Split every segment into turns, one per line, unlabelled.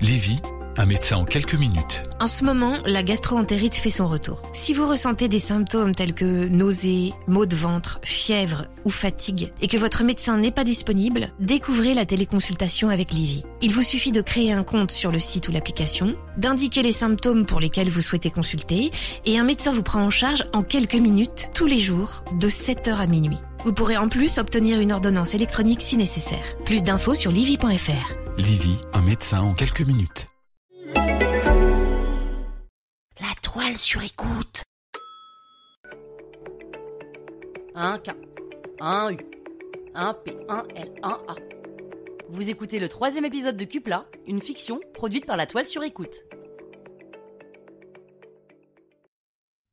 Lévi, un médecin en quelques minutes.
En ce moment, la gastroentérite fait son retour. Si vous ressentez des symptômes tels que nausées, maux de ventre, fièvre ou fatigue et que votre médecin n'est pas disponible, découvrez la téléconsultation avec Livy. Il vous suffit de créer un compte sur le site ou l'application, d'indiquer les symptômes pour lesquels vous souhaitez consulter et un médecin vous prend en charge en quelques minutes tous les jours de 7h à minuit. Vous pourrez en plus obtenir une ordonnance électronique si nécessaire. Plus d'infos sur livy.fr.
Livy, un médecin en quelques minutes.
La toile sur écoute. Un K, un U, un P, un L, un A. Vous écoutez le troisième épisode de Cupla, une fiction produite par la toile sur écoute.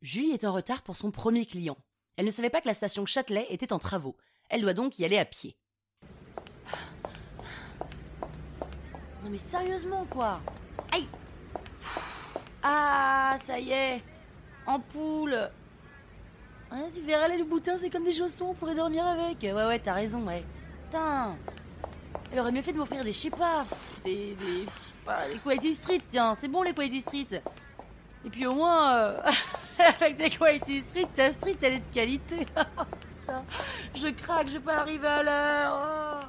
Julie est en retard pour son premier client. Elle ne savait pas que la station Châtelet était en travaux. Elle doit donc y aller à pied. Non mais sérieusement quoi Aïe Ah ça y est Ampoule Ouais, Tu verras les boutins c'est comme des chaussons, on pourrait dormir avec Ouais ouais t'as raison ouais. Putain Elle aurait mieux fait de m'offrir des je sais pas, pff, des, des, je sais pas, des Quality Street tiens, c'est bon les Quality Street Et puis au moins, euh, avec des Quality Street, ta street elle est de qualité Putain, Je craque, je vais pas arriver à l'heure oh.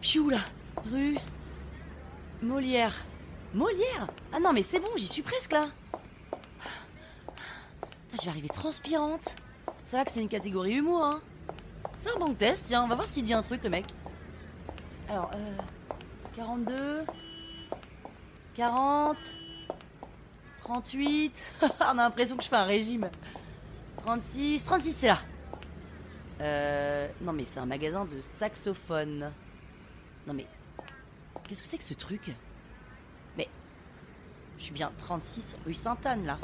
Je suis où là Rue Molière. Molière Ah non, mais c'est bon, j'y suis presque là. Putain, Je vais arriver transpirante. Ça va que c'est une catégorie humour, hein. C'est un bon test, tiens, on va voir s'il dit un truc, le mec. Alors, euh. 42. 40. 38. Ah, on a l'impression que je fais un régime. 36. 36, c'est là. Euh. Non, mais c'est un magasin de saxophones. Non mais. Qu'est-ce que c'est que ce truc Mais. Je suis bien 36 rue Sainte-Anne là.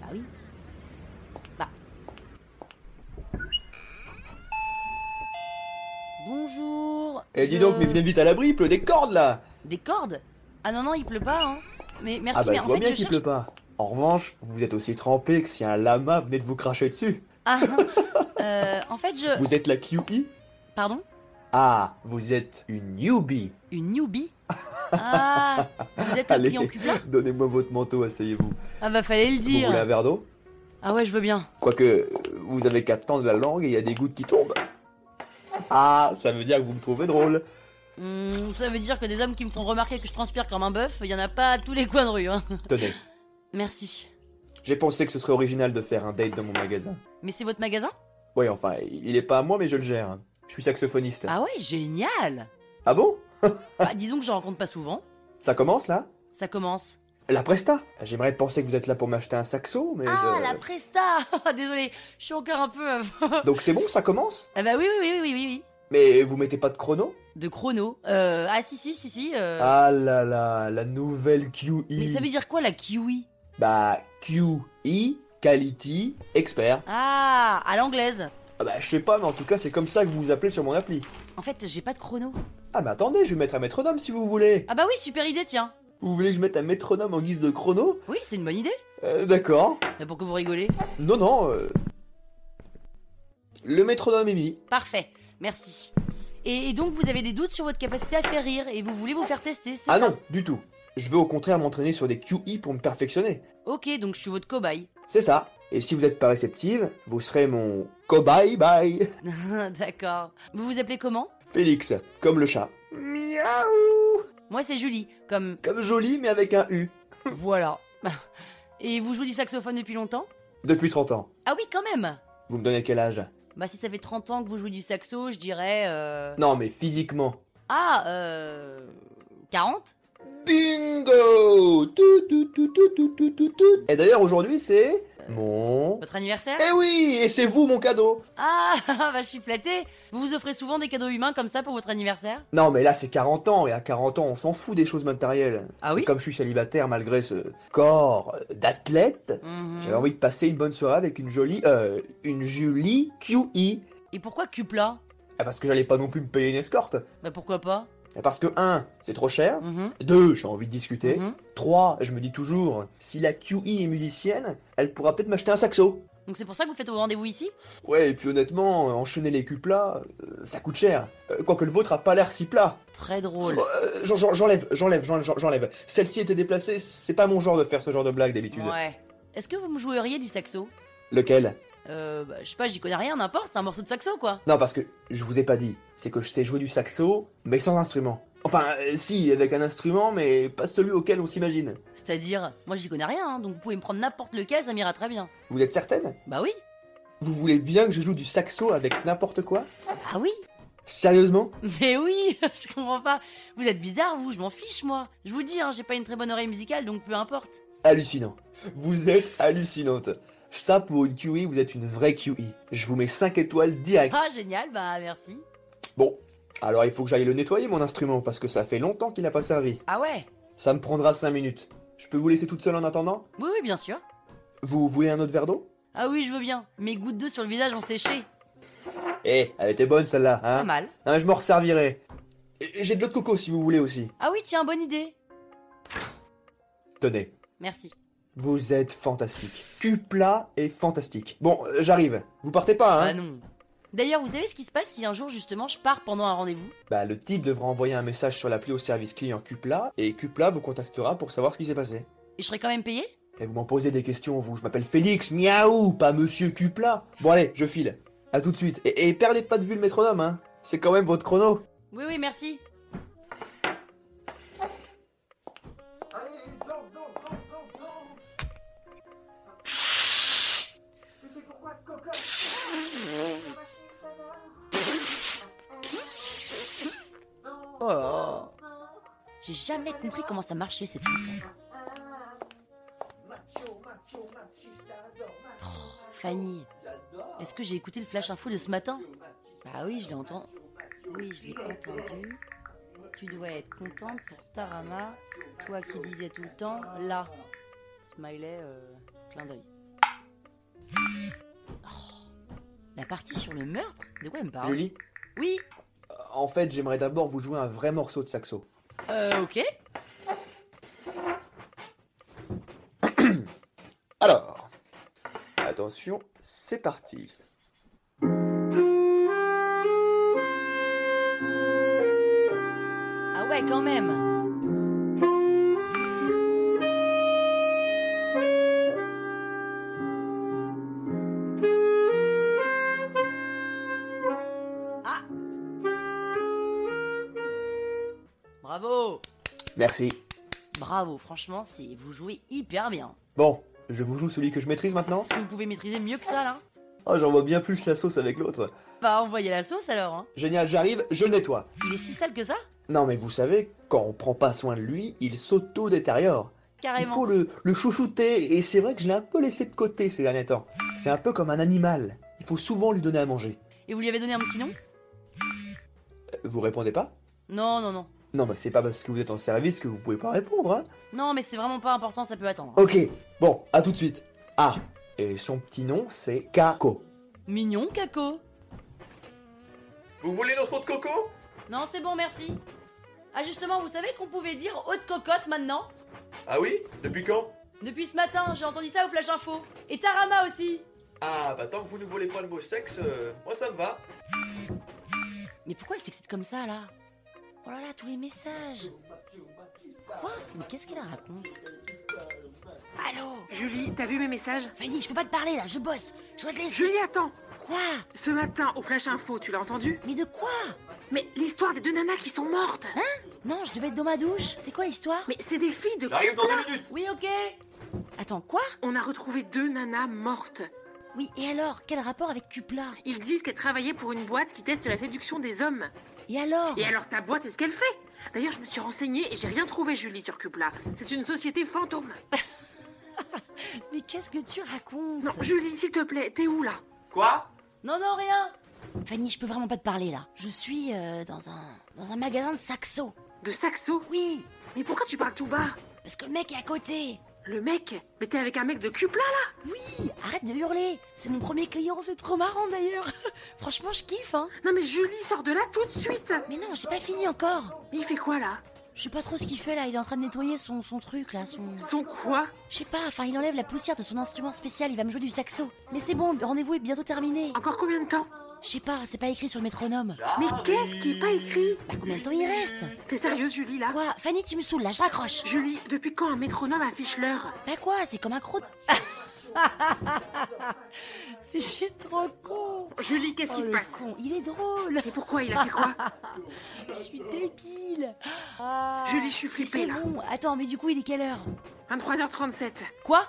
Bah oui. Bah. Bonjour.
Eh dis
je-
donc, mais venez vite à l'abri, il pleut des cordes là
Des cordes Ah non, non, il pleut pas, hein. Mais merci,
Ah bah
mais
je
en
vois
fait,
bien
je
qu'il
cherche.
pleut pas. En revanche, vous êtes aussi trempé que si un lama venait de vous cracher dessus.
Ah, euh, en fait, je.
Vous êtes la QI
Pardon
Ah, vous êtes une newbie
Une newbie Ah Vous êtes le
Allez,
client cupla
donnez-moi votre manteau, asseyez-vous.
Ah bah fallait le
Vous voulez un
dire
verre d'eau
Ah ouais, je veux bien.
Quoique, euh, vous avez qu'à tendre la langue et il y a des gouttes qui tombent. Ah, ça veut dire que vous me trouvez drôle.
Hum, ça veut dire que des hommes qui me font remarquer que je transpire comme un bœuf, il y en a pas à tous les coins de rue. Hein.
Tenez,
Merci.
j'ai pensé que ce serait original de faire un date dans mon magasin.
Mais c'est votre magasin
Oui, enfin, il est pas à moi, mais je le gère. Je suis saxophoniste.
Ah ouais, génial
ah bon
bah, Disons que je rencontre pas souvent.
Ça commence là
Ça commence.
La Presta J'aimerais penser que vous êtes là pour m'acheter un saxo, mais.
Ah,
je-
la presta Désolée, je suis encore un peu... euh,
Donc c'est bon, ça commence
ah bah oui, oui, oui, oui, oui, oui.
Mais vous mettez pas de chrono
De chrono. Euh, ah si, si, si, si. euh,
Ah là là, la nouvelle QI
Mais ça veut dire quoi la kiwi
Bah, QI, Quality, Expert.
Ah, à l'anglaise.
Ah bah, je sais pas, mais en tout cas, c'est comme ça que vous vous appelez sur mon appli.
En fait, j'ai pas de chrono.
Ah, mais attendez, je vais mettre un métronome si vous voulez
Ah bah oui, super idée, tiens.
Vous voulez que je mette un métronome en guise de chrono
Oui, c'est une bonne idée.
Euh, D'accord.
Mais pourquoi vous rigolez
Non, non. euh, Le métronome est mis.
Parfait, merci. Et, et donc vous avez des doutes sur votre capacité à faire rire et vous voulez vous faire tester, c'est
Ah
ça
non, du tout. Je veux au contraire m'entraîner sur des QI pour me perfectionner.
Ok, donc je suis votre cobaye.
C'est ça. Et si vous n'êtes pas réceptive, vous serez mon cobaye bye.
D'accord. Vous vous appelez comment
Félix, comme le chat. Miaou
Moi, c'est Julie, comme...
Comme joli mais avec un U.
Voilà. Et vous jouez du saxophone depuis longtemps
Depuis 30 ans.
Ah oui, quand même
Vous me donnez quel âge
Bah si ça fait 30 ans que vous jouez du saxo, je dirais... euh,
Non mais physiquement.
Ah, euh... 40
Bingo Tout, tout, tout, tout, tout, tout, tout, tout. Et d'ailleurs aujourd'hui c'est... Mon...
Votre anniversaire
Eh oui Et c'est vous mon cadeau
Ah, bah je suis flattée Vous vous offrez souvent des cadeaux humains comme ça pour votre anniversaire
Non mais là c'est 40 ans et à 40 ans on s'en fout des choses matérielles.
Ah
Et Comme je suis célibataire malgré ce corps euh, d'athlète,
Mhm.
j'avais envie de passer une bonne soirée avec une jolie... Euh, une Julie QI.
Et pourquoi Cupla
Ah, parce que j'allais pas non plus me payer une escorte.
Bah pourquoi pas
Ah, Parce que 1, c'est trop cher.
Mhm,
2, j'ai envie de discuter.
mhm.
3, je me dis toujours, si la QI est musicienne, elle pourra peut-être m'acheter un saxo.
Donc c'est pour ça que vous faites au rendez-vous ici
Ouais, et puis honnêtement, euh, enchaîner les culs plats, euh, ça coûte cher. Euh, Quoique le vôtre a pas l'air si plat.
Très drôle.
Euh, j'en- j'en- j'enlève, j'enlève, j'en- j'en- j'enlève. Celle-ci était déplacée, c'est pas mon genre de faire ce genre de blague d'habitude.
Ouais. Est-ce que vous me joueriez du saxo
Lequel
Euh, bah, je sais pas, j'y connais rien, n'importe, c'est un morceau de saxo quoi.
Non, parce que je vous ai pas dit, c'est que je sais jouer du saxo, mais sans instrument. Enfin, euh, si, avec un instrument, mais pas celui auquel on s'imagine.
C'est-à-dire, moi j'y connais rien, hein, donc vous pouvez me prendre n'importe lequel, ça m'ira très bien.
Vous êtes certaine
Bah oui,
Vous voulez bien que je joue du saxo avec n'importe quoi
bah oui,
Sérieusement
mais oui, je comprends pas. Vous êtes bizarre, vous, je m'en fiche moi. Je vous dis, hein, j'ai pas une très bonne oreille musicale, donc peu importe.
Hallucinant. Vous êtes hallucinante. Ça, pour une QI, vous êtes une vraie QI. Je vous mets 5 étoiles direct.
Ah génial, bah merci.
Bon, alors il faut que j'aille le nettoyer, mon instrument, parce que ça fait longtemps qu'il n'a pas servi.
Ah ouais
Ça me prendra 5 minutes. Je peux vous laisser toute seule en attendant
Oui, oui, bien sûr.
Vous voulez un autre verre d'eau
Ah oui, je veux bien. Mes gouttes d'eau sur le visage ont séché.
Eh, elle était bonne celle-là,
Pas
hein
mal.
Hein, Je m'en resservirai. Et- et J'ai de l'eau de coco si vous voulez aussi.
Ah oui, tiens, bonne idée.
Tenez.
Merci.
Vous êtes fantastique. Cupla est fantastique. Bon, euh, j'arrive. Vous partez pas, hein
Ah non. D'ailleurs, vous savez ce qui se passe si un jour justement je pars pendant un rendez-vous
Bah, le type devra envoyer un message sur l'appli au service client Cupla et Cupla vous contactera pour savoir ce qui s'est passé.
Et je serai quand même payé
Et vous m'en posez des questions, vous. Je m'appelle Félix, miaou, pas monsieur Cupla. Bon, allez, je file. À tout de suite. Et, et perdez pas de vue le métronome, hein. C'est quand même votre chrono.
Oui, oui, merci. Oh. J'ai jamais compris comment ça marchait cette musique. Oh, Fanny, est-ce que j'ai écouté le flash info de ce matin Bah oui, je l'ai entendu. Oui, je l'ai entendu. Tu dois être contente pour Tarama, toi qui disais tout le temps là. Smiley, euh, clin d'œil. Oh, la partie sur le meurtre De quoi elle me parle
Julie,
Oui,
euh, en fait, j'aimerais d'abord vous jouer un vrai morceau de saxo.
euh, ok.
Alors, attention, c'est parti.
Ah ouais, quand même Ah Bravo
Merci.
Bravo, franchement, c'est vous jouez hyper bien.
Bon, je vous joue celui que je maîtrise maintenant.
Est-ce que vous pouvez maîtriser mieux que ça, là
Oh, j'en vois bien plus la sauce avec l'autre.
Bah, envoyez la sauce, alors, hein.
Génial, j'arrive, je nettoie.
Il est si sale que ça
Non mais vous savez, quand on prend pas soin de lui, il s'auto-détériore. Il
Carrément.
faut le, le chouchouter, et c'est vrai que je l'ai un peu laissé de côté ces derniers temps. C'est un peu comme un animal, il faut souvent lui donner à manger.
Et vous lui avez donné un petit nom
Euh, Vous répondez pas
Non, non, non.
Non mais c'est pas parce que vous êtes en service que vous pouvez pas répondre, hein
Non, mais c'est vraiment pas important, ça peut attendre.
Ok, bon, à tout de suite. Ah, et son petit nom c'est Kako.
Mignon, Caco
Vous voulez notre autre coco
Non, c'est bon, merci. Ah, justement, vous savez qu'on pouvait dire eau de cocotte maintenant
Ah oui Depuis quand
Depuis ce matin, j'ai entendu ça au Flash Info. Et Tarama aussi
Ah bah tant que vous ne voulez pas le mot sexe, euh, moi ça me va.
Mais pourquoi elle s'excite comme ça, là Oh là là, tous les messages Quoi Mais qu'est-ce qu'elle raconte Allô
Julie, t'as vu mes messages
Fanny, je peux pas te parler là, je bosse. Je dois te laisser.
Julie, attends
Quoi
Ce matin, au Flash Info, tu l'as entendu
Mais de quoi
Mais l'histoire des deux nanas qui sont mortes
Non, je devais être dans ma douche. C'est quoi l'histoire
Mais c'est des filles de...
J'arrive dans
Là,
10 minutes
Oui, ok. Attends, quoi
On a retrouvé deux nanas mortes.
Oui, et alors Quel rapport avec Cupla
Ils disent qu'elles travaillaient pour une boîte qui teste la séduction des hommes.
Et alors
Et alors ta boîte, c'est ce qu'elle fait D'ailleurs, je me suis renseignée et j'ai rien trouvé, Julie, sur Cupla. C'est une société fantôme.
Mais qu'est-ce que tu racontes
Non, Julie, s'il te plaît, t'es où là
Quoi
Non, non, rien Fanny, je peux vraiment pas te parler là. Je suis euh, dans un dans un magasin de saxo.
De Saxo
Oui,
Mais pourquoi tu parles tout bas
parce que le mec est à côté.
Le mec Mais t'es avec un mec de Cupla là
Oui, arrête de hurler. C'est mon premier client, c'est trop marrant d'ailleurs. Franchement, je kiffe hein.
Non mais Julie, sors de là tout de suite
Mais non, j'ai pas fini encore.
Mais il fait quoi là
Je sais pas trop ce qu'il fait là, il est en train de nettoyer son son truc là, son
Son quoi
Je sais pas, enfin, il enlève la poussière de son instrument spécial, il va me jouer du saxo. Mais c'est bon, le rendez-vous est bientôt terminé.
Encore combien de temps
Je sais pas, c'est pas écrit sur le métronome.
Mais qu'est-ce qui est pas écrit
Bah, combien de temps il reste
Ah T'es sérieuse Julie là
Quoi Fanny, tu me saoules là, je raccroche.
Julie, depuis quand un métronome affiche l'heure
Bah quoi, c'est comme un croc. Je suis trop con.
Julie, qu'est-ce
Oh
qui se
le
passe
con, il est drôle.
Et pourquoi il a fait quoi
Je suis débile. Ah.
Julie, je suis
Mais
flippée
c'est
là.
bon. Attends, mais du coup, il est quelle heure
23h37.
Quoi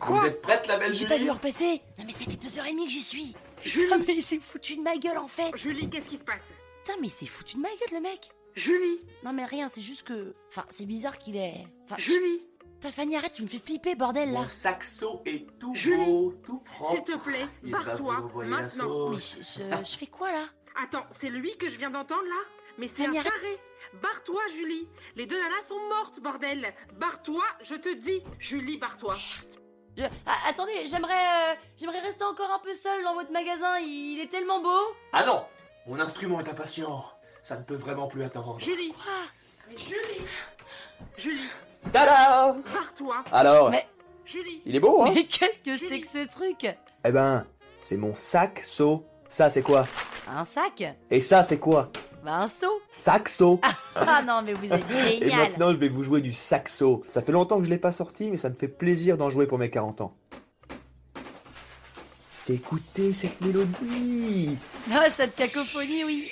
Quoi
Vous êtes prête, la belle
J'ai
Julie
pas vu l'heure passer. Non mais ça fait deux heures et demie que j'y suis. Putain,
Julie.
mais il s'est foutu de ma gueule en fait.
Julie, qu'est-ce qui se passe
Putain, mais il s'est foutu de ma gueule le mec.
Julie
Non mais rien, c'est juste que... Enfin, c'est bizarre qu'il est... Enfin, je-
Julie
Putain, Fanny, arrête, tu me fais flipper, bordel, là.
Mon saxo est tout
Julie,
beau, tout propre.
S'il te plaît,
Il va vous
barre-toi
envoyer la
maintenant.
Mais
sauce.
je, je- je fais quoi, là
Attends, c'est lui que je viens d'entendre là Mais c'est un
Fanny, arrête.
taré Barre-toi, Julie Les deux nanas sont mortes, bordel Barre-toi, je te dis Julie, barre-toi
Je- Ah, Attendez, j'aimerais... euh, j'aimerais rester encore un peu seule dans votre magasin, il, il est tellement beau.
Ah non Mon instrument est impatient Ça ne peut vraiment plus attendre.
Julie
Quoi
Mais Julie Julie,
Tada
barre-toi
Alors,
Mais-
Julie
il est beau, hein
Mais qu'est-ce que c'est que ce truc
Eh ben, c'est mon saxo. Ça, c'est quoi
Un sac
Et ça, c'est quoi
Bah, un seau.
Saxo
Ah non, mais vous êtes
Et
génial.
maintenant, je vais vous jouer du saxo. Ça fait longtemps que je l'ai pas sorti, mais ça me fait plaisir d'en jouer pour mes 40 ans. Écoutez cette mélodie
Ah, cette cacophonie, oui.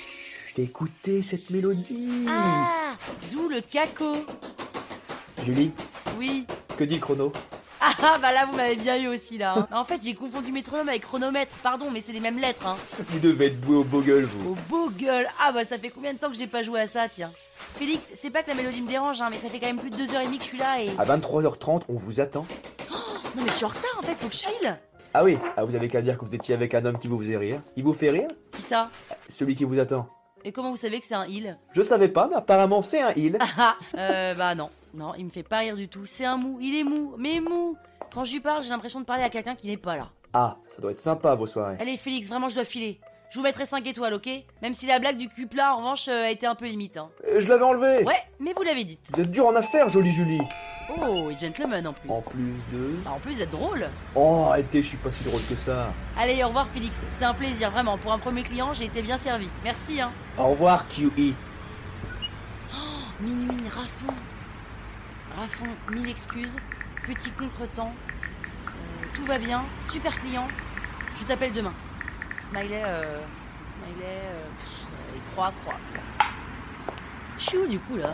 Écoutez cette mélodie
Ah D'où le caco.
Julie,
Oui.
que dit le chrono
Ah, ah, bah là, vous m'avez bien eu aussi, là. hein. En fait, j'ai confondu métronome avec chronomètre, pardon, mais c'est les mêmes lettres, hein.
Vous devez être doué au beau gueule, vous.
Oh beau gueule Ah bah ça fait combien de temps que j'ai pas joué à ça tiens Félix, c'est pas que la mélodie me dérange hein, mais ça fait quand même plus de deux heures et demie que je suis là et...
À 23h30, on vous attend.
Non mais je suis en retard en fait, faut que je file
Ah oui, ah, vous avez qu'à dire que vous étiez avec un homme qui vous faisait rire. Il vous fait rire
Qui ça
Celui qui vous attend.
Et comment vous savez que c'est un il
Je savais pas, mais apparemment c'est un il.
Ah euh, bah non, non il me fait pas rire du tout, c'est un mou, il est mou, mais mou Quand je lui parle j'ai l'impression de parler à quelqu'un qui n'est pas là.
Ah, ça doit être sympa vos soirées.
Allez Félix, vraiment je dois filer. Je vous mettrai 5 étoiles, ok Même si la blague du cul plat en revanche euh, a été un peu limite hein.
Euh, Je l'avais enlevé
Ouais, mais vous l'avez dite.
Vous êtes dur en affaires, jolie Julie
Oh, et gentleman en plus.
En plus de...
Bah, en plus vous êtes drôle
Oh, arrêtez, je suis pas si drôle que ça.
Allez, au revoir Félix, c'était un plaisir, vraiment. Pour un premier client, j'ai été bien servi. Merci, hein.
Au revoir, E. QE.
Oh, Minuit, Raffon. Raffon, mille excuses. Petit contretemps. Euh, tout va bien, super client. Je t'appelle demain. Smiley, euh, Smiley, euh, pff, et croix, croix. Je suis où du coup là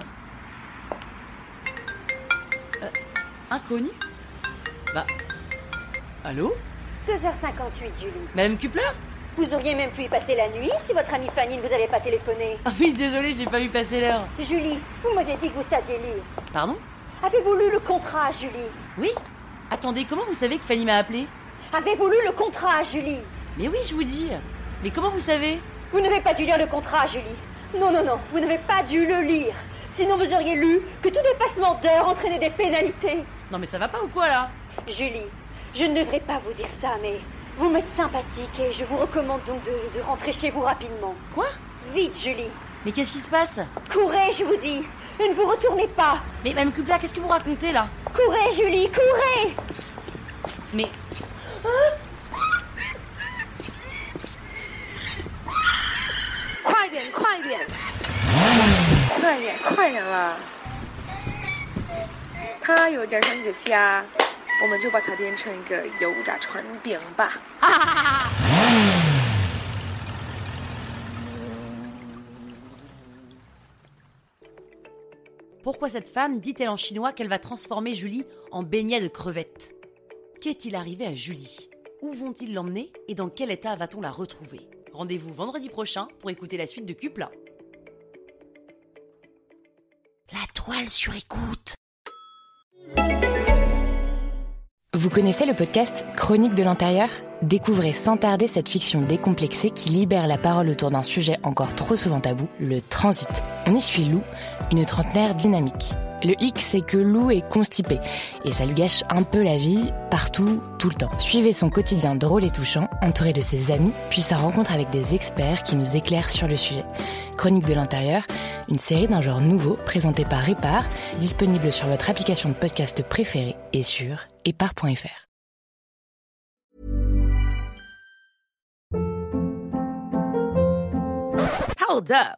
Euh, Inconnu Bah. Allô
2h58, Julie.
Madame Kupler
Vous auriez même pu y passer la nuit si votre amie Fanny ne vous avait pas téléphoné.
Ah oui, désolé, j'ai pas vu passer l'heure.
Julie, vous m'avez dit que vous saviez lire.
Pardon
Avez-vous lu le contrat, Julie
Oui Attendez, comment vous savez que Fanny m'a appelé
Avez-vous lu le contrat, Julie
Mais oui, je vous dis Mais comment vous savez
Vous n'avez pas dû lire le contrat, Julie. Non, non, non, vous n'avez pas dû le lire. Sinon, vous auriez lu que tout dépassement d'heure entraînait des pénalités.
Non mais ça va pas ou quoi là
Julie, je ne devrais pas vous dire ça, mais vous m'êtes sympathique et je vous recommande donc de, de rentrer chez vous rapidement.
Quoi
Vite, Julie.
Mais qu'est-ce qui se passe
Courez, je vous dis. Et ne vous retournez pas.
Mais Mme Kupla, qu'est-ce que vous racontez là
Courez, Julie, courez
Mais...
啊 Croyez bien, croyez bien. Croyez bien, croyez bien. 它啊有点像你的家，我们就把它变成一个油炸串饼吧。
Pourquoi cette femme dit-elle en chinois qu'elle va transformer Julie en beignet de crevettes Qu'est-il arrivé à Julie Où vont-ils l'emmener et dans quel état va-t-on la retrouver Rendez-vous vendredi prochain pour écouter la suite de Cupla. La toile sur écoute
Vous connaissez le podcast Chronique de l'intérieur Découvrez sans tarder cette fiction décomplexée qui libère la parole autour d'un sujet encore trop souvent tabou, le transit. On y suit Lou, une trentenaire dynamique. Le hic, c'est que Lou est constipée et ça lui gâche un peu la vie, partout, tout le temps. Suivez son quotidien drôle et touchant, entouré de ses amis, puis sa rencontre avec des experts qui nous éclairent sur le sujet. Chronique de l'intérieur, une série d'un genre nouveau présentée par Répar, disponible sur votre application de podcast préférée et sur épar.fr.
Hold up.